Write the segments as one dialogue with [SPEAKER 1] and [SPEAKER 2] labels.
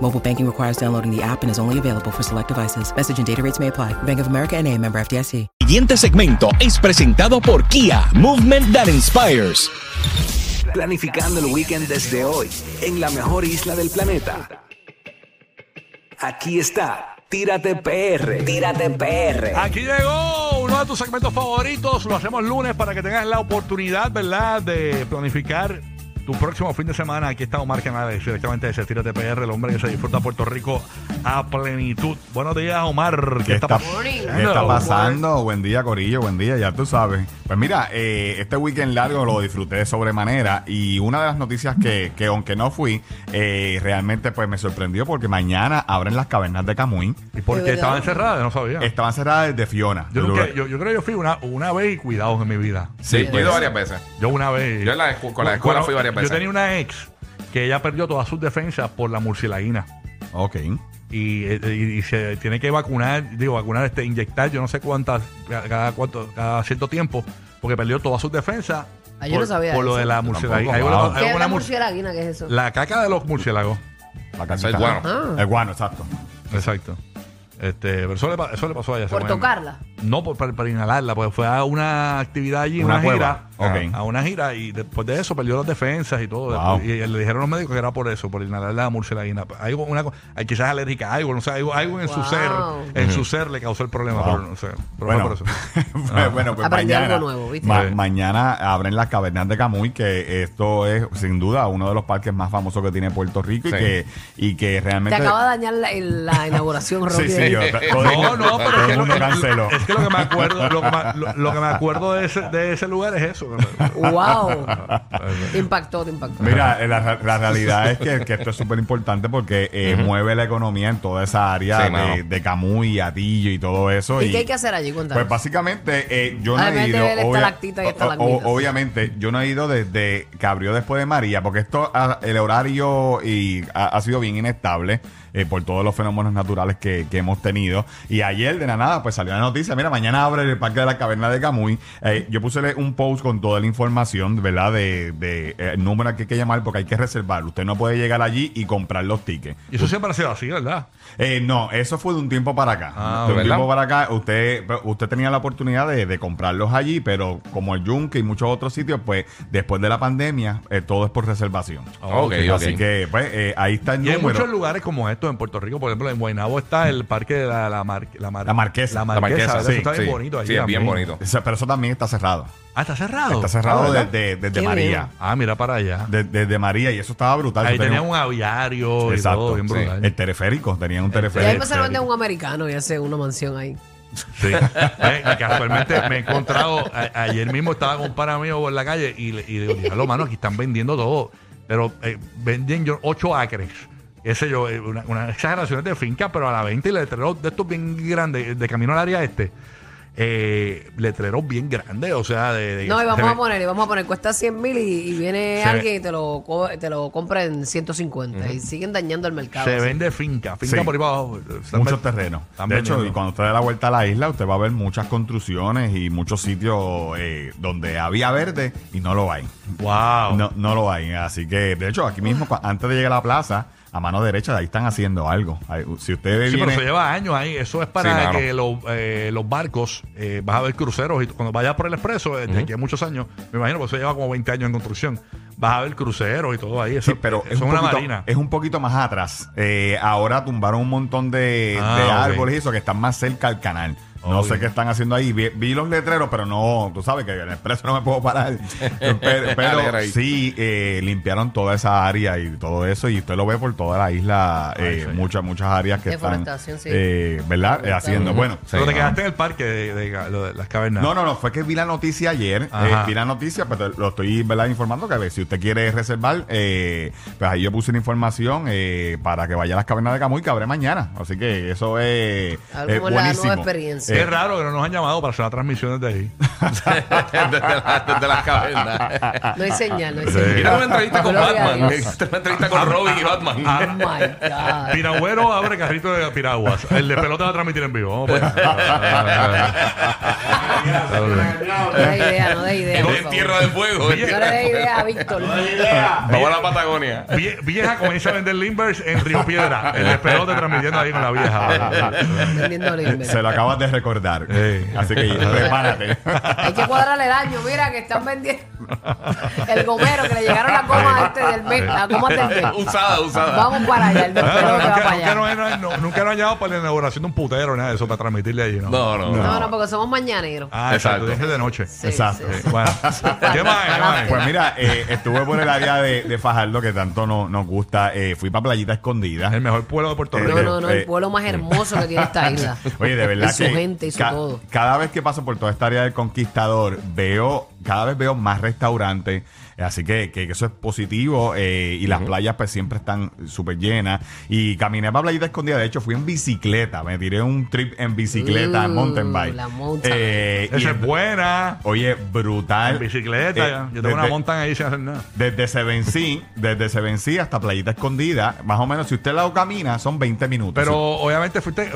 [SPEAKER 1] Mobile banking requires downloading the app and is only available for select devices. Message and data rates may apply. Bank of America and a member FDIC.
[SPEAKER 2] siguiente segmento es presentado por Kia, Movement That Inspires.
[SPEAKER 3] Planificando el weekend desde hoy, en la mejor isla del planeta. Aquí está, Tírate PR, Tírate PR.
[SPEAKER 4] Aquí llegó uno de tus segmentos favoritos. Lo hacemos lunes para que tengas la oportunidad, ¿verdad?, de planificar tu próximo fin de semana. Aquí está Omar Canales, directamente de Tírate PR, el hombre que se disfruta Puerto Rico a plenitud. Buenos días, Omar.
[SPEAKER 5] ¿Qué está,
[SPEAKER 4] ¿Eh?
[SPEAKER 5] qué está
[SPEAKER 4] Hello.
[SPEAKER 5] pasando? Buen día, Corillo, buen día, ya tú sabes. Pues mira, eh, este weekend largo lo disfruté de sobremanera y una de las noticias que, que aunque no fui, eh, realmente pues me sorprendió porque mañana abren las cavernas de Camuín.
[SPEAKER 4] ¿Y por qué estaban cerradas? No sabía.
[SPEAKER 5] Estaban cerradas desde Fiona.
[SPEAKER 4] Yo,
[SPEAKER 5] del
[SPEAKER 4] nunca-
[SPEAKER 5] lugar.
[SPEAKER 4] yo- yo creo que yo fui una, una vez y cuidados en mi vida.
[SPEAKER 6] Sí, yo he ido varias veces.
[SPEAKER 4] Yo una vez.
[SPEAKER 6] Yo en la escu- con la escuela fui varias veces.
[SPEAKER 4] Yo tenía una ex que ella perdió todas sus defensas por la murcielaguina.
[SPEAKER 5] Ok.
[SPEAKER 4] y, eh, y- y se tiene que vacunar, digo, vacunar, este, inyectar, yo no sé cuántas, ca- cada cuánto, cada cierto tiempo, porque perdió todas sus defensas.
[SPEAKER 7] Ah,
[SPEAKER 4] por,
[SPEAKER 7] yo no sabía
[SPEAKER 4] por lo
[SPEAKER 7] eso.
[SPEAKER 4] de la
[SPEAKER 5] Yo
[SPEAKER 4] murcielaguina.
[SPEAKER 5] tampoco,
[SPEAKER 4] Hay una-
[SPEAKER 5] wow.
[SPEAKER 4] hay
[SPEAKER 7] ¿Qué es
[SPEAKER 4] una
[SPEAKER 7] la
[SPEAKER 4] murci-
[SPEAKER 7] murcielaguina? ¿Qué es eso?
[SPEAKER 4] la caca de los murciélagos.
[SPEAKER 5] La
[SPEAKER 6] Eso
[SPEAKER 5] casita.
[SPEAKER 6] es guano.
[SPEAKER 7] Ah,
[SPEAKER 5] El guano, exacto.
[SPEAKER 4] Exacto. Este, pero eso le, pa- eso le pasó a ella.
[SPEAKER 7] por
[SPEAKER 4] según ella.
[SPEAKER 7] tocarla.
[SPEAKER 4] No, por, para, para inhalarla, porque fue a una actividad allí,
[SPEAKER 5] Una
[SPEAKER 4] una,
[SPEAKER 5] cueva.
[SPEAKER 4] gira.
[SPEAKER 5] Ok.
[SPEAKER 4] A, a una gira y después de eso perdió las defensas y todo.
[SPEAKER 5] Wow.
[SPEAKER 4] Y, le dijeron los médicos que era por eso, por inhalar la murcielaguina. Algo, una, co- ay, quizás alérgica a algo, no sé, algo, algo en su
[SPEAKER 7] Wow.
[SPEAKER 4] ser. En su ser le causó el problema,
[SPEAKER 5] Wow.
[SPEAKER 4] pero no sé. Pero
[SPEAKER 5] Bueno,
[SPEAKER 4] fue por eso. Ah.
[SPEAKER 5] pues, bueno, pues
[SPEAKER 7] Aprendí
[SPEAKER 5] mañana,
[SPEAKER 7] algo nuevo, ¿viste?
[SPEAKER 5] ma-
[SPEAKER 4] Sí.
[SPEAKER 5] mañana abren las cavernas de Camuy, que esto es sin duda uno de los parques más famosos que tiene Puerto Rico
[SPEAKER 6] Sí.
[SPEAKER 5] y, que, y que
[SPEAKER 7] Te
[SPEAKER 5] realmente...
[SPEAKER 7] acaba de dañar la, la inauguración,
[SPEAKER 5] Sí,
[SPEAKER 7] Rocky.
[SPEAKER 5] sí, yo,
[SPEAKER 4] No, no, pero
[SPEAKER 5] todo
[SPEAKER 4] es que
[SPEAKER 5] el mundo
[SPEAKER 4] lo-
[SPEAKER 5] canceló.
[SPEAKER 4] Es que lo que me acuerdo, lo que me, lo- lo que me acuerdo de ese, de ese lugar es eso.
[SPEAKER 7] ¡Wow! Te impactó, te impactó.
[SPEAKER 5] Mira, eh, la, ra- la realidad es que, que esto es súper importante porque eh, mueve la economía en toda esa
[SPEAKER 6] Sí,
[SPEAKER 5] área de,
[SPEAKER 6] mano.
[SPEAKER 5] de Camuy, Atillo y todo eso.
[SPEAKER 7] ¿Y qué hay que hacer allí? Cuéntanos.
[SPEAKER 5] Pues básicamente eh, yo no
[SPEAKER 7] Además
[SPEAKER 5] he
[SPEAKER 7] de
[SPEAKER 5] ido...
[SPEAKER 7] ver estalactitas y
[SPEAKER 5] o- o-
[SPEAKER 7] estalagmitas.
[SPEAKER 5] obviamente, yo no he ido desde que abrió después de María porque esto, ah, el horario y ha, ha sido bien inestable eh, por todos los fenómenos naturales que, que hemos tenido. Y ayer, de la nada, pues salió la noticia, mira, mañana abre el Parque de la Caverna de Camuy. Eh, yo puse un post con toda la información, ¿verdad? De, de, eh, el número al que hay que llamar porque hay que reservarlo. Usted no puede llegar allí y comprar los tickets.
[SPEAKER 4] Y eso siempre ha sido así, ¿verdad?
[SPEAKER 5] Eh, no, eso fue de un tiempo para acá.
[SPEAKER 4] Ah,
[SPEAKER 5] de un
[SPEAKER 6] ¿verdad?
[SPEAKER 5] tiempo para acá, usted, usted tenía la oportunidad de, de comprarlos allí, pero como el Yunque y muchos otros sitios, pues después de la pandemia, eh, todo es por reservación.
[SPEAKER 6] Ok, ok.
[SPEAKER 5] Así que, pues, eh, ahí está el
[SPEAKER 4] Y hay
[SPEAKER 5] número.
[SPEAKER 4] muchos lugares como estos en Puerto Rico. Por ejemplo, en Guaynabo está el parque de la, la, mar- la, mar-
[SPEAKER 5] La
[SPEAKER 4] La
[SPEAKER 5] Marquesa. La
[SPEAKER 4] Marquesa,
[SPEAKER 6] Marquesa,
[SPEAKER 4] ¿verdad?
[SPEAKER 6] sí,
[SPEAKER 4] Eso está bien
[SPEAKER 6] sí.
[SPEAKER 4] bonito allí
[SPEAKER 6] Sí, es bien
[SPEAKER 4] también.
[SPEAKER 6] bonito.
[SPEAKER 5] Eso- pero eso también está cerrado.
[SPEAKER 4] Ah, está cerrado.
[SPEAKER 5] Está cerrado
[SPEAKER 4] Ah,
[SPEAKER 5] desde
[SPEAKER 4] ¿verdad?
[SPEAKER 5] desde
[SPEAKER 7] Qué
[SPEAKER 5] María.
[SPEAKER 4] Ah, mira para allá.
[SPEAKER 5] De- Desde María, y eso estaba brutal.
[SPEAKER 4] Ahí
[SPEAKER 5] Eso
[SPEAKER 4] tenía un aviario y
[SPEAKER 5] Exacto,
[SPEAKER 4] todo, bien
[SPEAKER 5] sí.
[SPEAKER 4] brutal.
[SPEAKER 5] El teleférico, tenían un
[SPEAKER 7] y ahí
[SPEAKER 5] teleférico.
[SPEAKER 7] empezaron a vender un americano y hace una mansión ahí.
[SPEAKER 4] Sí. Eh, casualmente me he encontrado, a- ayer mismo estaba con un pana mío por la calle y, le- y digo, diablo, mano, aquí están vendiendo todo. Pero eh, venden yo ocho acres. Ese yo, eh, una, unas exageraciones de finca, pero a la venta y letreros de estos bien grandes, de camino al área este. Eh, letreros bien grandes, o sea, de. de-
[SPEAKER 7] No, y
[SPEAKER 4] se
[SPEAKER 7] vamos
[SPEAKER 4] ve-
[SPEAKER 7] a poner, y vamos a poner, cuesta 100 mil y, y viene
[SPEAKER 4] Se ve-
[SPEAKER 7] alguien y te lo, co- te lo compra en 150 y siguen dañando el mercado.
[SPEAKER 4] Se
[SPEAKER 7] así.
[SPEAKER 4] vende finca, finca
[SPEAKER 5] Sí.
[SPEAKER 4] por ahí para abajo. Están
[SPEAKER 5] muchos
[SPEAKER 4] ven-
[SPEAKER 5] terrenos.
[SPEAKER 4] están
[SPEAKER 5] De hecho,
[SPEAKER 4] vendiendo.
[SPEAKER 5] y cuando usted dé la vuelta a la isla, usted va a ver muchas construcciones y muchos sitios eh, donde había verde y no lo hay.
[SPEAKER 4] Wow.
[SPEAKER 5] No, no lo hay. Así que, de hecho, aquí mismo, cua- antes de llegar a la plaza, a mano derecha, ahí están haciendo algo. Ahí, u- Si usted
[SPEAKER 4] Sí, pero
[SPEAKER 5] viene-
[SPEAKER 4] se lleva años ahí. Eso es
[SPEAKER 6] Sí,
[SPEAKER 4] para
[SPEAKER 6] mano.
[SPEAKER 4] que los, eh, los barcos, eh, vas a ver cruceros, y cuando vayas por el expreso, eh, de aquí a muchos años, me imagino, pues eso lleva como 20 años en construcción, vas a ver cruceros y todo ahí. Eso,
[SPEAKER 5] Sí, pero
[SPEAKER 4] eso
[SPEAKER 5] es un,
[SPEAKER 4] una
[SPEAKER 5] poquito,
[SPEAKER 4] marina.
[SPEAKER 5] es un poquito más atrás. Eh, ahora tumbaron un montón de,
[SPEAKER 4] Ah,
[SPEAKER 5] de
[SPEAKER 4] ok.
[SPEAKER 5] árboles y eso que están más cerca al canal. No sé qué están haciendo ahí. Vi, vi los letreros, pero no, tú sabes que en el expreso no me puedo parar. Pero, pero
[SPEAKER 6] Alegra ahí.
[SPEAKER 5] sí, eh, limpiaron toda esa área y todo eso. Y usted lo ve por toda la isla, eh, muchas, muchas áreas que están,
[SPEAKER 7] Deforestación, sí.
[SPEAKER 5] eh, ¿verdad? Eh, haciendo. Bueno,
[SPEAKER 4] Pero te
[SPEAKER 5] sí,
[SPEAKER 4] quedaste en el parque de, de ca- lo de las cavernas.
[SPEAKER 5] no, no, no, fue que vi la noticia ayer.
[SPEAKER 4] Ajá.
[SPEAKER 5] eh, vi la noticia, pero lo estoy ¿verdad? informando que a ver, si usted quiere reservar, eh, pues ahí yo puse la información eh, para que vaya a las cavernas de Camuy, que abre mañana. Así que eso es,
[SPEAKER 7] Algo
[SPEAKER 5] es
[SPEAKER 7] como la nueva
[SPEAKER 5] buenísimo. Eh,
[SPEAKER 7] experiencia.
[SPEAKER 6] eh.
[SPEAKER 4] Es raro que no nos han llamado para hacer las transmisiones de ahí.
[SPEAKER 6] desde, la- desde las cavernas.
[SPEAKER 7] No hay señal, no hay
[SPEAKER 4] Sí.
[SPEAKER 7] señal.
[SPEAKER 6] Mira una entrevista con
[SPEAKER 7] Gloria a
[SPEAKER 6] Batman. Una
[SPEAKER 7] Dios.
[SPEAKER 6] entrevista con Robin y Batman.
[SPEAKER 7] Oh my God.
[SPEAKER 4] Ah, Piragüero abre carrito de piraguas. El de pelota va a transmitir en vivo. Vamos pues. para allá.
[SPEAKER 7] No da idea, no da idea.
[SPEAKER 6] En
[SPEAKER 7] por
[SPEAKER 6] en
[SPEAKER 7] favor.
[SPEAKER 6] Tierra del Fuego. en
[SPEAKER 7] No
[SPEAKER 6] Tierra
[SPEAKER 7] le
[SPEAKER 6] del
[SPEAKER 7] dé
[SPEAKER 6] Fuego.
[SPEAKER 7] idea a Víctor.
[SPEAKER 6] Vamos a la Patagonia.
[SPEAKER 4] Vie- vieja comienza a vender limbers en Río Piedra. El de pelota transmitiendo ahí con la vieja.
[SPEAKER 7] Entendiendo libre.
[SPEAKER 5] Se lo acabas de recordar.
[SPEAKER 4] Eh.
[SPEAKER 5] Así que prepárate.
[SPEAKER 7] Hay que cuadrarle el año, mira que están vendiendo el gomero que le llegaron las gomas este del mes, las gomas del mes.
[SPEAKER 6] Usada, usada.
[SPEAKER 7] Vamos para allá, el mes
[SPEAKER 4] Pero
[SPEAKER 7] pero que va
[SPEAKER 4] Ah, nunca,
[SPEAKER 7] para
[SPEAKER 4] nunca
[SPEAKER 7] allá.
[SPEAKER 4] nos han, no- nunca nos han llamado para la inauguración de un putero, nada de eso, para transmitirle allí, ¿no? eh,
[SPEAKER 6] No, no, no.
[SPEAKER 7] No, no, porque somos mañaneros.
[SPEAKER 4] Ah, exacto.
[SPEAKER 6] Exacto.
[SPEAKER 4] Dije de noche.
[SPEAKER 7] Sí,
[SPEAKER 5] exacto.
[SPEAKER 7] sí,
[SPEAKER 4] Eh,
[SPEAKER 7] sí.
[SPEAKER 4] Bueno, ¿qué más? hay? ¿Qué más? hay?
[SPEAKER 5] Pues mira, eh, estuve por el área de, de Fajardo que tanto no- nos gusta. Eh, fui para Playita Escondida.
[SPEAKER 4] El mejor pueblo de Puerto
[SPEAKER 5] Eh,
[SPEAKER 4] Rico.
[SPEAKER 7] No, no, no,
[SPEAKER 5] Eh,
[SPEAKER 7] el pueblo más hermoso que tiene esta isla.
[SPEAKER 5] Oye, de verdad
[SPEAKER 7] Y su
[SPEAKER 5] que
[SPEAKER 7] gente y su todo.
[SPEAKER 5] cada vez que paso por toda esta área del Conquistador, veo, cada vez veo más restaurantes. eh, Así que, que- que eso es positivo eh, y las playas pues siempre están súper llenas. Y caminé para playita escondida. De hecho, fui en bicicleta. Me tiré un trip en bicicleta, en
[SPEAKER 7] Uh,
[SPEAKER 5] mountain bike.
[SPEAKER 7] la mountain
[SPEAKER 5] Eh, y
[SPEAKER 4] Esa es buena.
[SPEAKER 5] Oye, brutal.
[SPEAKER 4] En bicicleta.
[SPEAKER 5] Eh,
[SPEAKER 4] Yo tengo una
[SPEAKER 5] desde-
[SPEAKER 4] montaña ahí sin hacer nada.
[SPEAKER 5] Desde Sevencí, desde Sevencí hasta Playita Escondida, más o menos, si usted la camina, son 20 minutos.
[SPEAKER 4] Pero obviamente fuiste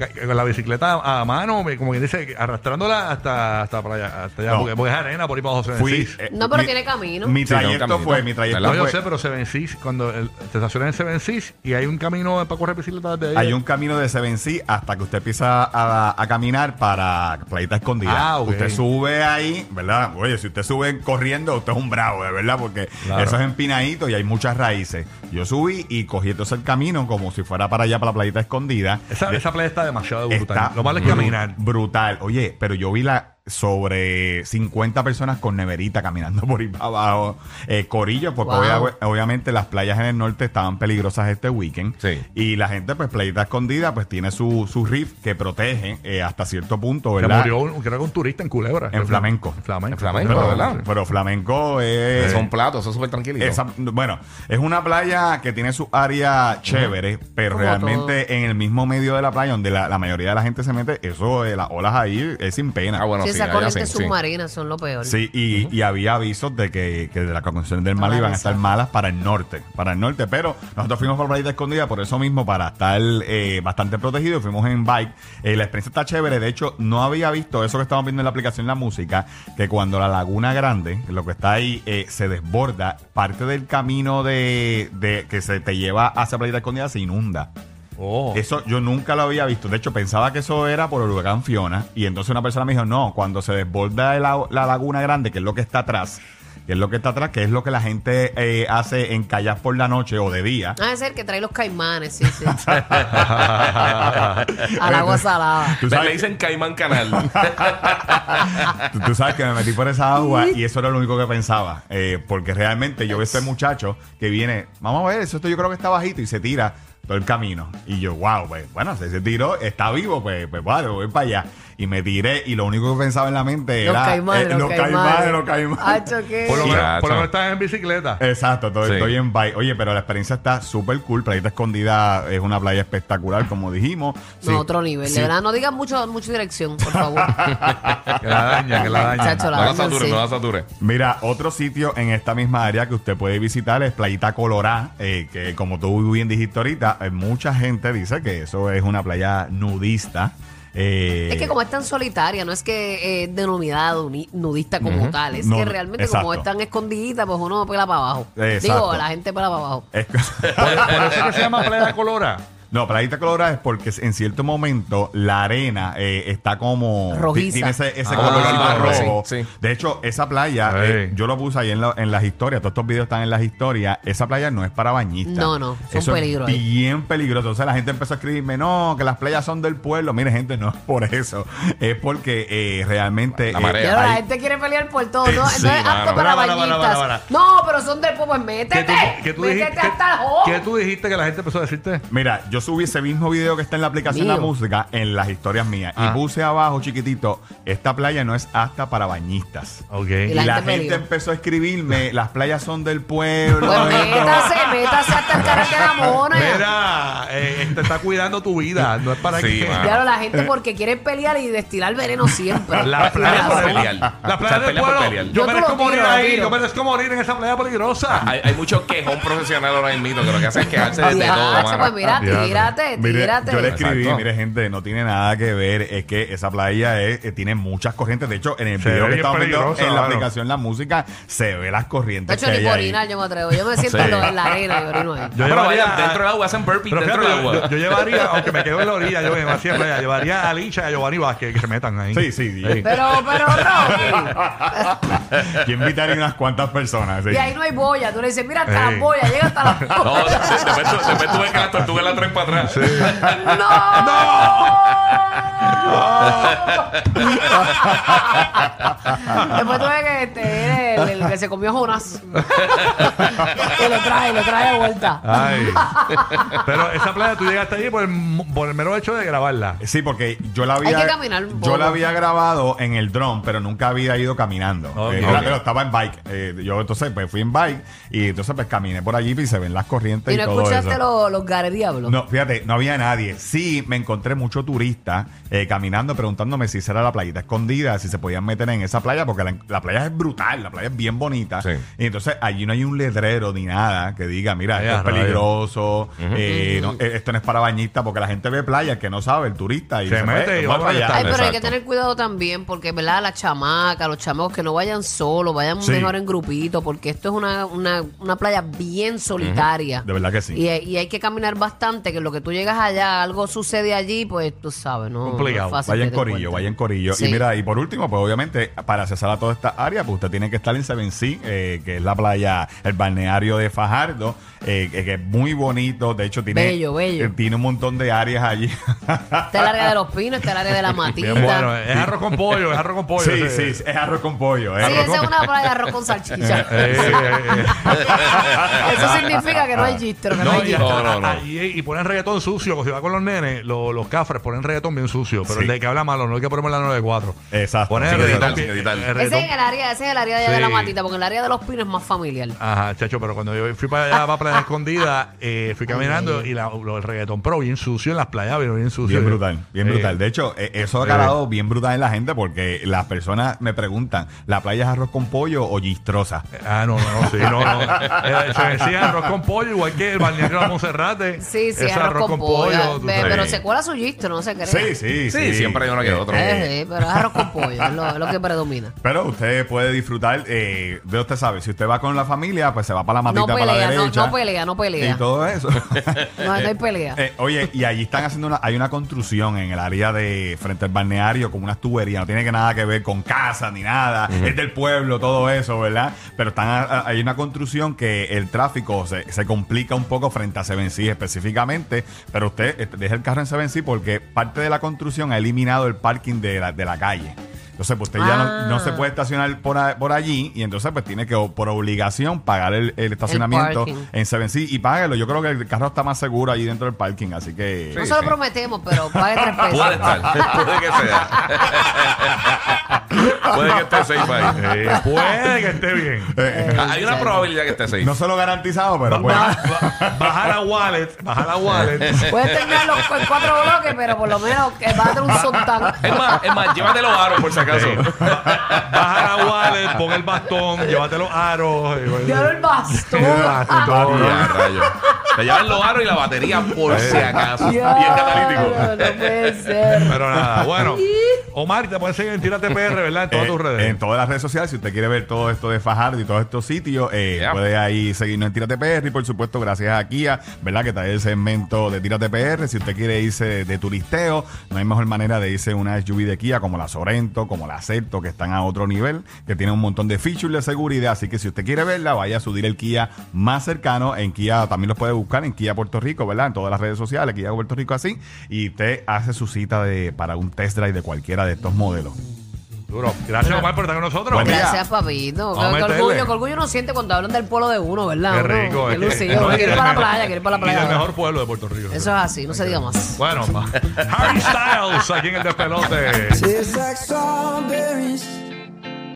[SPEAKER 4] eh, con la bicicleta a mano, me- como quien dice, arrastrándola hasta, hasta para allá, hasta allá
[SPEAKER 5] No.
[SPEAKER 4] porque, porque es arena por ahí para José
[SPEAKER 5] Si- fui.
[SPEAKER 4] Benzís.
[SPEAKER 5] eh,
[SPEAKER 7] No, pero
[SPEAKER 5] mi-
[SPEAKER 7] tiene camino.
[SPEAKER 5] Mi
[SPEAKER 6] Sí, no,
[SPEAKER 5] trayecto
[SPEAKER 6] caminito.
[SPEAKER 5] fue, mi trayecto
[SPEAKER 4] No,
[SPEAKER 6] ¿verdad?
[SPEAKER 4] yo
[SPEAKER 5] fue.
[SPEAKER 4] sé, pero Seven Seas, cuando el- te estacionas en Seven Seas y hay un camino para correr bicicleta desde ahí.
[SPEAKER 5] Hay un camino de Sevencí hasta que usted empieza a, a caminar para Playita Escondida.
[SPEAKER 4] Ah, ok.
[SPEAKER 5] Usted sube ahí, ¿verdad? Oye, si usted sube corriendo, usted es un bravo, de verdad, porque
[SPEAKER 4] Claro.
[SPEAKER 5] eso es empinadito y hay muchas raíces. Yo subí y cogí entonces el camino como si fuera para allá, para la Playita Escondida.
[SPEAKER 4] Esa,
[SPEAKER 5] De-
[SPEAKER 4] esa playa está demasiado brutal.
[SPEAKER 5] Está
[SPEAKER 4] Lo malo es
[SPEAKER 5] bru-
[SPEAKER 4] caminar.
[SPEAKER 5] Brutal. Oye, pero yo vi la sobre 50 personas con neverita caminando por ahí para abajo. Eh, corillo, porque
[SPEAKER 7] Wow.
[SPEAKER 5] obvia- obviamente las playas en el norte estaban peligrosas este weekend.
[SPEAKER 6] Sí.
[SPEAKER 5] Y la gente, pues, playita escondida, pues tiene su, su riff que protege eh, hasta cierto punto,
[SPEAKER 4] Se
[SPEAKER 5] ¿verdad?
[SPEAKER 4] murió, un, creo que un turista en Culebra.
[SPEAKER 5] En flamenco.
[SPEAKER 4] En flamenco.
[SPEAKER 6] En flamenco,
[SPEAKER 4] Pero-
[SPEAKER 6] ¿verdad?
[SPEAKER 5] Pero flamenco es.
[SPEAKER 6] Eh, Son platos, son súper tranquilitos.
[SPEAKER 5] Esa- bueno, es una playa que tiene su área chévere, pero
[SPEAKER 7] Como
[SPEAKER 5] realmente en el mismo medio de la playa donde la, la mayoría de la gente se mete, eso, eh, las olas ahí es sin pena.
[SPEAKER 6] Ah, bueno,
[SPEAKER 7] Si
[SPEAKER 6] sí,
[SPEAKER 7] esas
[SPEAKER 6] allá
[SPEAKER 7] corrientes
[SPEAKER 6] sí, sí.
[SPEAKER 7] submarinas son lo peor.
[SPEAKER 5] Sí, y, y había avisos de que, que de las condiciones del mar
[SPEAKER 7] Ah,
[SPEAKER 5] iban a
[SPEAKER 7] exacto.
[SPEAKER 5] estar malas para el norte, para el norte, pero nosotros fuimos por Playita Escondida por eso mismo, para estar eh, bastante protegidos, fuimos en bike, Eh, la experiencia está chévere, de hecho no había visto eso que estamos viendo en la aplicación La Música, que cuando la Laguna Grande, lo que está ahí, eh, se desborda, parte del camino de, de- que se te lleva hacia Playita Escondida se inunda.
[SPEAKER 4] Oh.
[SPEAKER 5] Eso yo nunca lo había visto. De hecho, pensaba que eso era por el huracán Fiona. Y entonces una persona me dijo, no, cuando se desborda la, la laguna grande, que es lo que está atrás, que es lo que está atrás, que es lo que la gente eh, hace en callas por la noche o de día.
[SPEAKER 7] Ah, es el que trae los caimanes, sí, sí.
[SPEAKER 5] a
[SPEAKER 7] A la agua salada.
[SPEAKER 5] Tú
[SPEAKER 6] Le
[SPEAKER 5] sabes,
[SPEAKER 6] dicen Caimán Canal.
[SPEAKER 5] tú- tú sabes que me metí por esa agua y eso era lo único que pensaba. Eh, porque realmente yo veo a este muchacho que viene, vamos a ver, eso esto yo creo que está bajito y se tira todo el camino. Y yo, wow, pues bueno, si se tiró, está vivo, pues, pues vale, voy para allá. Y me tiré y lo único que pensaba en la mente
[SPEAKER 7] Los
[SPEAKER 5] era
[SPEAKER 7] caimanes,
[SPEAKER 5] eh,
[SPEAKER 7] los
[SPEAKER 5] los caimanes,
[SPEAKER 7] caimanes.
[SPEAKER 5] los caimanes.
[SPEAKER 7] Hacho, ¿qué?
[SPEAKER 4] Por lo
[SPEAKER 6] Sí.
[SPEAKER 4] menos por lo
[SPEAKER 6] Chacho. Eh.
[SPEAKER 4] menos estás en bicicleta.
[SPEAKER 5] Exacto, estoy,
[SPEAKER 6] Sí.
[SPEAKER 5] estoy en bike. Oye, pero la experiencia está súper cool. Playita Escondida es una playa espectacular, como dijimos.
[SPEAKER 7] No,
[SPEAKER 5] Sí.
[SPEAKER 7] otro nivel.
[SPEAKER 5] Sí.
[SPEAKER 7] De verdad, no digas mucho, mucho dirección, por favor.
[SPEAKER 4] Que la daña, que la daña.
[SPEAKER 7] Chacho,
[SPEAKER 6] No
[SPEAKER 7] la
[SPEAKER 6] la
[SPEAKER 7] dañan,
[SPEAKER 6] sature,
[SPEAKER 7] sí.
[SPEAKER 6] no la sature.
[SPEAKER 5] Mira, otro sitio en esta misma área que usted puede visitar es Playita Colorá, eh, que como tú bien dijiste ahorita, eh, mucha gente dice que eso es una playa nudista. eh,
[SPEAKER 7] Es que como es tan solitaria, no es que es denominada uni- nudista como tal, es
[SPEAKER 5] No,
[SPEAKER 7] que
[SPEAKER 5] no,
[SPEAKER 7] realmente
[SPEAKER 5] exacto.
[SPEAKER 7] como es tan escondidita, pues uno pela para abajo.
[SPEAKER 5] Exacto.
[SPEAKER 7] Digo, la gente pela para abajo.
[SPEAKER 5] es-
[SPEAKER 4] Por, por eso es que se llama Playa Colora.
[SPEAKER 5] No, playita colorada es porque en cierto momento la arena eh, está como.
[SPEAKER 7] Rojiza.
[SPEAKER 5] Tiene ese, ese
[SPEAKER 6] Ah,
[SPEAKER 5] colorcito
[SPEAKER 6] ah,
[SPEAKER 5] rojo.
[SPEAKER 6] sí, sí.
[SPEAKER 5] De hecho, esa playa, eh,
[SPEAKER 4] Sí.
[SPEAKER 5] yo lo puse ahí en, la- en las historias, todos estos videos están en las historias. Esa playa no es para bañistas.
[SPEAKER 7] No, no, es un
[SPEAKER 5] Eso
[SPEAKER 7] peligro eh.
[SPEAKER 5] Es
[SPEAKER 7] ahí.
[SPEAKER 5] bien peligroso. O sea, la gente empezó a escribirme, no, que las playas son del pueblo. Mire, gente, no es por eso. Es porque eh, realmente.
[SPEAKER 6] La
[SPEAKER 5] eh,
[SPEAKER 6] marea.
[SPEAKER 7] Y ahora la
[SPEAKER 5] hay-
[SPEAKER 7] gente quiere pelear por todo, ¿no?
[SPEAKER 6] Sí,
[SPEAKER 7] no es apto para
[SPEAKER 6] mano.
[SPEAKER 4] Para, para, para,
[SPEAKER 7] bañistas.
[SPEAKER 4] para, para.
[SPEAKER 7] No, pero son del pueblo, pues métete.
[SPEAKER 4] ¿Qué tú, qué tú dijiste,
[SPEAKER 7] métete hasta el ojo.
[SPEAKER 4] qué tú dijiste que la gente empezó a decirte?
[SPEAKER 5] Mira, yo subí ese mismo video que está en la aplicación
[SPEAKER 7] Mío.
[SPEAKER 5] La Música en las historias mías.
[SPEAKER 6] Ah.
[SPEAKER 5] Y puse abajo, chiquitito, esta playa no es apta para bañistas.
[SPEAKER 4] Ok.
[SPEAKER 5] Y
[SPEAKER 7] Y
[SPEAKER 5] la,
[SPEAKER 7] la
[SPEAKER 5] gente,
[SPEAKER 7] gente me dijo.
[SPEAKER 5] empezó a escribirme, las playas son del pueblo.
[SPEAKER 7] Pues
[SPEAKER 5] esto.
[SPEAKER 7] métase, métase hasta el carrete de la mona.
[SPEAKER 4] Mira, eh, te está cuidando tu vida, no es para
[SPEAKER 6] Sí,
[SPEAKER 4] que...
[SPEAKER 6] mano.
[SPEAKER 7] Claro, la gente porque quiere pelear y destilar veneno siempre.
[SPEAKER 4] La playa
[SPEAKER 6] por
[SPEAKER 4] del-
[SPEAKER 6] pelear.
[SPEAKER 4] La
[SPEAKER 6] O sea,
[SPEAKER 4] playa del
[SPEAKER 6] pelea por
[SPEAKER 4] pueblo.
[SPEAKER 6] pelear.
[SPEAKER 4] Yo
[SPEAKER 7] Yo te
[SPEAKER 4] merezco
[SPEAKER 7] lo tiro,
[SPEAKER 4] morir
[SPEAKER 7] lo
[SPEAKER 4] ahí.
[SPEAKER 7] tiro.
[SPEAKER 4] Yo merezco morir en esa playa peligrosa.
[SPEAKER 6] Hay, hay mucho quejón profesional ahora mismo que lo que hacen es quejarse de
[SPEAKER 7] Ya,
[SPEAKER 6] todo,
[SPEAKER 7] che,
[SPEAKER 6] mano. Ah,
[SPEAKER 7] pues mira,
[SPEAKER 4] Tírate.
[SPEAKER 7] tírate,
[SPEAKER 5] Mire,
[SPEAKER 7] tírate.
[SPEAKER 5] yo le escribí,
[SPEAKER 6] Exacto.
[SPEAKER 5] mire gente, no tiene nada que ver, es que esa playa es- eh, tiene muchas corrientes, de hecho en el
[SPEAKER 4] Se
[SPEAKER 5] video
[SPEAKER 4] ve
[SPEAKER 5] que
[SPEAKER 4] bien
[SPEAKER 5] estamos viendo
[SPEAKER 4] peligrosa,
[SPEAKER 5] en la
[SPEAKER 4] mano.
[SPEAKER 5] aplicación La Música se ve las
[SPEAKER 7] De
[SPEAKER 5] corrientes
[SPEAKER 7] hecho,
[SPEAKER 5] que
[SPEAKER 7] ni
[SPEAKER 5] hay
[SPEAKER 7] por
[SPEAKER 5] ahí.
[SPEAKER 7] orinar yo me atrevo. Yo me siento
[SPEAKER 6] Sí.
[SPEAKER 7] en lo- en la arena y orino ahí.
[SPEAKER 4] Yo
[SPEAKER 6] Ah, pero
[SPEAKER 4] llevaría
[SPEAKER 6] vayan dentro del agua, hacen burpees
[SPEAKER 4] Pero
[SPEAKER 6] dentro
[SPEAKER 4] fíjate,
[SPEAKER 6] del agua.
[SPEAKER 4] Yo, yo llevaría, aunque me quedo en la orilla, yo me hacía playa, llevaría a Licha y a Giovanni Vázquez que se metan ahí.
[SPEAKER 5] Sí, sí, sí.
[SPEAKER 7] Pero, pero no.
[SPEAKER 5] Yo invitaría unas cuantas personas. sí.
[SPEAKER 7] Y ahí no hay boya. Tú le dices, mira hasta
[SPEAKER 4] Ey.
[SPEAKER 7] las boyas, llega hasta las
[SPEAKER 6] No,
[SPEAKER 7] boyas.
[SPEAKER 6] después, tu- después tuve que las tortugas la traen para atrás.
[SPEAKER 7] ¡No! Después tuve que este, el, el que se comió Jonas. que lo trae, lo trae de vuelta.
[SPEAKER 4] Ay. Pero esa playa tú llegaste allí por el, por el mero hecho de grabarla.
[SPEAKER 5] Sí, porque yo la había,
[SPEAKER 7] que caminar un
[SPEAKER 5] yo
[SPEAKER 7] poco.
[SPEAKER 5] la había grabado en el drone, pero nunca había ido caminando.
[SPEAKER 4] Ok.
[SPEAKER 5] Eh, yo la-
[SPEAKER 4] Ok.
[SPEAKER 5] pero estaba en bike. Eh, yo entonces pues, fui en bike y entonces pues caminé por allí y se ven las corrientes
[SPEAKER 7] ¿Y
[SPEAKER 5] y,
[SPEAKER 7] no
[SPEAKER 5] todo
[SPEAKER 7] escuchaste
[SPEAKER 5] eso.
[SPEAKER 7] los, los garediablos?
[SPEAKER 5] No, fíjate, no había nadie. Sí, me encontré mucho turista eh, caminando preguntándome si esa era la playita escondida, si se podían meter en esa playa, porque la, la playa es brutal, la playa es bien bonita.
[SPEAKER 6] Sí.
[SPEAKER 5] Y entonces allí no hay un letrero ni nada que diga, mira,
[SPEAKER 4] Ay,
[SPEAKER 5] esto es
[SPEAKER 4] a rayos.
[SPEAKER 5] peligroso, eh,
[SPEAKER 7] Mm.
[SPEAKER 5] no, eh, esto no es para bañistas, porque la gente ve playas que no sabe, el turista, y
[SPEAKER 4] Se mete
[SPEAKER 5] fue,
[SPEAKER 4] y
[SPEAKER 5] va
[SPEAKER 4] va para
[SPEAKER 5] allá.
[SPEAKER 4] allá.
[SPEAKER 7] Ay, pero hay que
[SPEAKER 6] Exacto.
[SPEAKER 7] tener cuidado también, porque, ¿verdad? Las chamacas, los chamacos que no vayan solos, vayan
[SPEAKER 5] Sí.
[SPEAKER 7] mejor en grupito, porque esto es una, una, una playa bien solitaria.
[SPEAKER 5] De verdad que sí.
[SPEAKER 7] Y, y hay que caminar bastante, que lo que tú llegas allá, algo sucede allí, pues tú sabes, ¿no?
[SPEAKER 4] Complicado.
[SPEAKER 7] No es fácil
[SPEAKER 5] Vaya en
[SPEAKER 7] que te
[SPEAKER 5] corillo,
[SPEAKER 7] encuentren.
[SPEAKER 5] vaya en corillo.
[SPEAKER 7] Sí.
[SPEAKER 5] Y mira, y por último, pues obviamente, para accesar a toda esta área, pues usted tiene que estar en Seven Sea, eh, que es la playa, el balneario de Fajardo, eh, que, que es muy bonito. De hecho, tiene,
[SPEAKER 7] Bello, bello.
[SPEAKER 5] eh, tiene un montón de áreas allí.
[SPEAKER 7] Está el área de los pinos, está el área de la
[SPEAKER 4] Bien
[SPEAKER 7] matita.
[SPEAKER 4] bueno,
[SPEAKER 5] eh,
[SPEAKER 4] es arroz con pollo, es arroz con pollo.
[SPEAKER 5] sí,
[SPEAKER 4] ese.
[SPEAKER 5] sí, sí, es arroz con pollo. es
[SPEAKER 7] Sí,
[SPEAKER 5] arroz
[SPEAKER 7] esa es
[SPEAKER 5] con-
[SPEAKER 7] una playa de arroz con salchicha.
[SPEAKER 4] Eh, eh, eh.
[SPEAKER 7] Eso significa que no
[SPEAKER 5] Ah,
[SPEAKER 7] hay gistro, que no,
[SPEAKER 4] No,
[SPEAKER 7] hay
[SPEAKER 4] y,
[SPEAKER 7] gistro.
[SPEAKER 4] hasta-
[SPEAKER 6] No, no, no.
[SPEAKER 4] ah, y- y ponen reggaetón sucio, si va con los nenes, lo- los cafres ponen reggaetón bien sucio, pero
[SPEAKER 5] Sí.
[SPEAKER 4] el de que habla malo, no el que ponemos en la 94.
[SPEAKER 5] Exacto.
[SPEAKER 4] Ponen
[SPEAKER 5] Sin
[SPEAKER 4] el reggaetón.
[SPEAKER 6] editar, sin
[SPEAKER 4] que-
[SPEAKER 6] editar.
[SPEAKER 4] el
[SPEAKER 6] Ese
[SPEAKER 7] Ese
[SPEAKER 4] reggaetón-
[SPEAKER 7] es el área, ese es el área allá de la
[SPEAKER 4] Sí.
[SPEAKER 7] matita, porque el área de los pinos es más familiar.
[SPEAKER 4] Ajá, chacho, pero cuando yo fui para allá, para
[SPEAKER 5] Ah.
[SPEAKER 4] Playa Escondida, eh, fui caminando y la- lo- el reggaetón, pero bien sucio en las playas, pero bien sucio.
[SPEAKER 5] Bien brutal, bien
[SPEAKER 4] Eh,
[SPEAKER 5] brutal. De hecho, eh, eso ha
[SPEAKER 4] Sí.
[SPEAKER 5] calado bien brutal en la gente porque las personas me preguntan, ¿la playa es arroz con pollo o gistrosa?
[SPEAKER 4] Ah, no, no, sí, no, no. Eh, se decía arroz con pollo, igual que el balneario de la Monserrate.
[SPEAKER 7] Sí, sí,
[SPEAKER 4] Ese
[SPEAKER 7] arroz, con, pollo.
[SPEAKER 4] tú
[SPEAKER 7] Ve,
[SPEAKER 4] sabes.
[SPEAKER 7] Pero se cuela su gistro, no se cree.
[SPEAKER 5] Sí, sí, sí.
[SPEAKER 6] Sí, siempre hay uno que
[SPEAKER 5] Eh,
[SPEAKER 6] otro.
[SPEAKER 7] Eh, sí, pero es arroz con pollo, es lo, es lo que predomina.
[SPEAKER 5] Pero usted puede disfrutar, eh, de usted sabe, si usted va con la familia, pues se va para la matita,
[SPEAKER 7] No
[SPEAKER 5] para la
[SPEAKER 7] pelea, no,
[SPEAKER 5] derecha.
[SPEAKER 7] no pelea, no pelea.
[SPEAKER 5] Y todo eso.
[SPEAKER 7] No, no hay pelea.
[SPEAKER 5] Eh, oye, y allí están haciendo una, hay una construcción en el área de frente al balneario con unas tuberías, no tiene que nada que ver con casa ni nada, es del pueblo, todo eso, ¿verdad? Pero están a- a- hay una construcción que el tráfico se, se complica un poco frente a Seven Seas específicamente, pero usted eh, deja el carro en Seven Seas porque parte de la construcción ha eliminado el parking de la, de la calle. Entonces, pues usted ya no,
[SPEAKER 7] Ah.
[SPEAKER 5] no se puede estacionar por, a- por allí y entonces pues tiene que, o por obligación, pagar el, el estacionamiento
[SPEAKER 7] parking.
[SPEAKER 5] en Seven Seas y págalo. Yo creo que el carro está más seguro allí dentro del parking, así que.
[SPEAKER 7] no se lo prometemos, pero pague tres pesos.
[SPEAKER 6] Puede estar, puede que sea. puede que esté safe ahí.
[SPEAKER 4] Eh, puede que esté bien.
[SPEAKER 5] Eh,
[SPEAKER 6] Ah, Hay una probabilidad que esté safe.
[SPEAKER 5] no se lo garantizado, pero pues.
[SPEAKER 4] Ba- Baja la wallet, baja la wallet.
[SPEAKER 7] Puedes terminar los cu- cuatro bloques, pero por lo menos que va a tener un sontán.
[SPEAKER 6] Es más, es más, llévatelo a Aaron por si acaso.
[SPEAKER 4] Baja la wallet, pon el bastón, llévate los aros. eh, y bueno.
[SPEAKER 7] Yo el bastón.
[SPEAKER 4] El bastón,
[SPEAKER 6] Y
[SPEAKER 4] ¿no?
[SPEAKER 6] a rayos. Te llevan los aros y la batería por si acaso. Y es
[SPEAKER 7] Ya, no,
[SPEAKER 6] catalítico.
[SPEAKER 7] no puede ser.
[SPEAKER 4] Pero nada, bueno. Omar, te pueden seguir en Tírate PR, ¿verdad? En todas
[SPEAKER 5] Eh,
[SPEAKER 4] tus redes.
[SPEAKER 5] En todas las redes sociales. Si usted quiere ver todo esto de Fajardo y todos estos sitios, eh,
[SPEAKER 6] Yeah.
[SPEAKER 5] puede ahí seguirnos en Tírate PR. Y por supuesto, gracias a Kia, ¿verdad? Que trae el segmento de Tírate PR. Si usted quiere irse de, de turisteo, no hay mejor manera de irse en una SUV de Kia como la Sorento, como la Certo, que están a otro nivel, que tiene un montón de features de seguridad. Así que si usted quiere verla, vaya a subir el Kia más cercano. En Kia también los puede buscar en Kia Puerto Rico, ¿verdad? En todas las redes sociales, Kia Puerto Rico así. Y usted hace su cita de, para un test drive de cualquiera de estos modelos.
[SPEAKER 4] Duro. Gracias, Omar, por estar con nosotros.
[SPEAKER 5] Buen día.
[SPEAKER 7] Gracias, papito.
[SPEAKER 4] Vamos a
[SPEAKER 7] Qué qué
[SPEAKER 4] meterle.
[SPEAKER 7] orgullo, qué orgullo uno siente cuando hablan del pueblo de uno, ¿verdad?
[SPEAKER 4] Qué
[SPEAKER 7] Uno,
[SPEAKER 4] rico.
[SPEAKER 7] Qué
[SPEAKER 4] es que-
[SPEAKER 7] lucillo.
[SPEAKER 4] no, es
[SPEAKER 7] Quiere ir
[SPEAKER 4] que-
[SPEAKER 7] para la playa, quiere ir para la
[SPEAKER 4] Y
[SPEAKER 7] playa.
[SPEAKER 4] el mejor pueblo de Puerto Rico.
[SPEAKER 7] Eso es así, no se diga más.
[SPEAKER 4] Bueno, Harry Styles aquí en el despelote.
[SPEAKER 8] Tastes like strawberries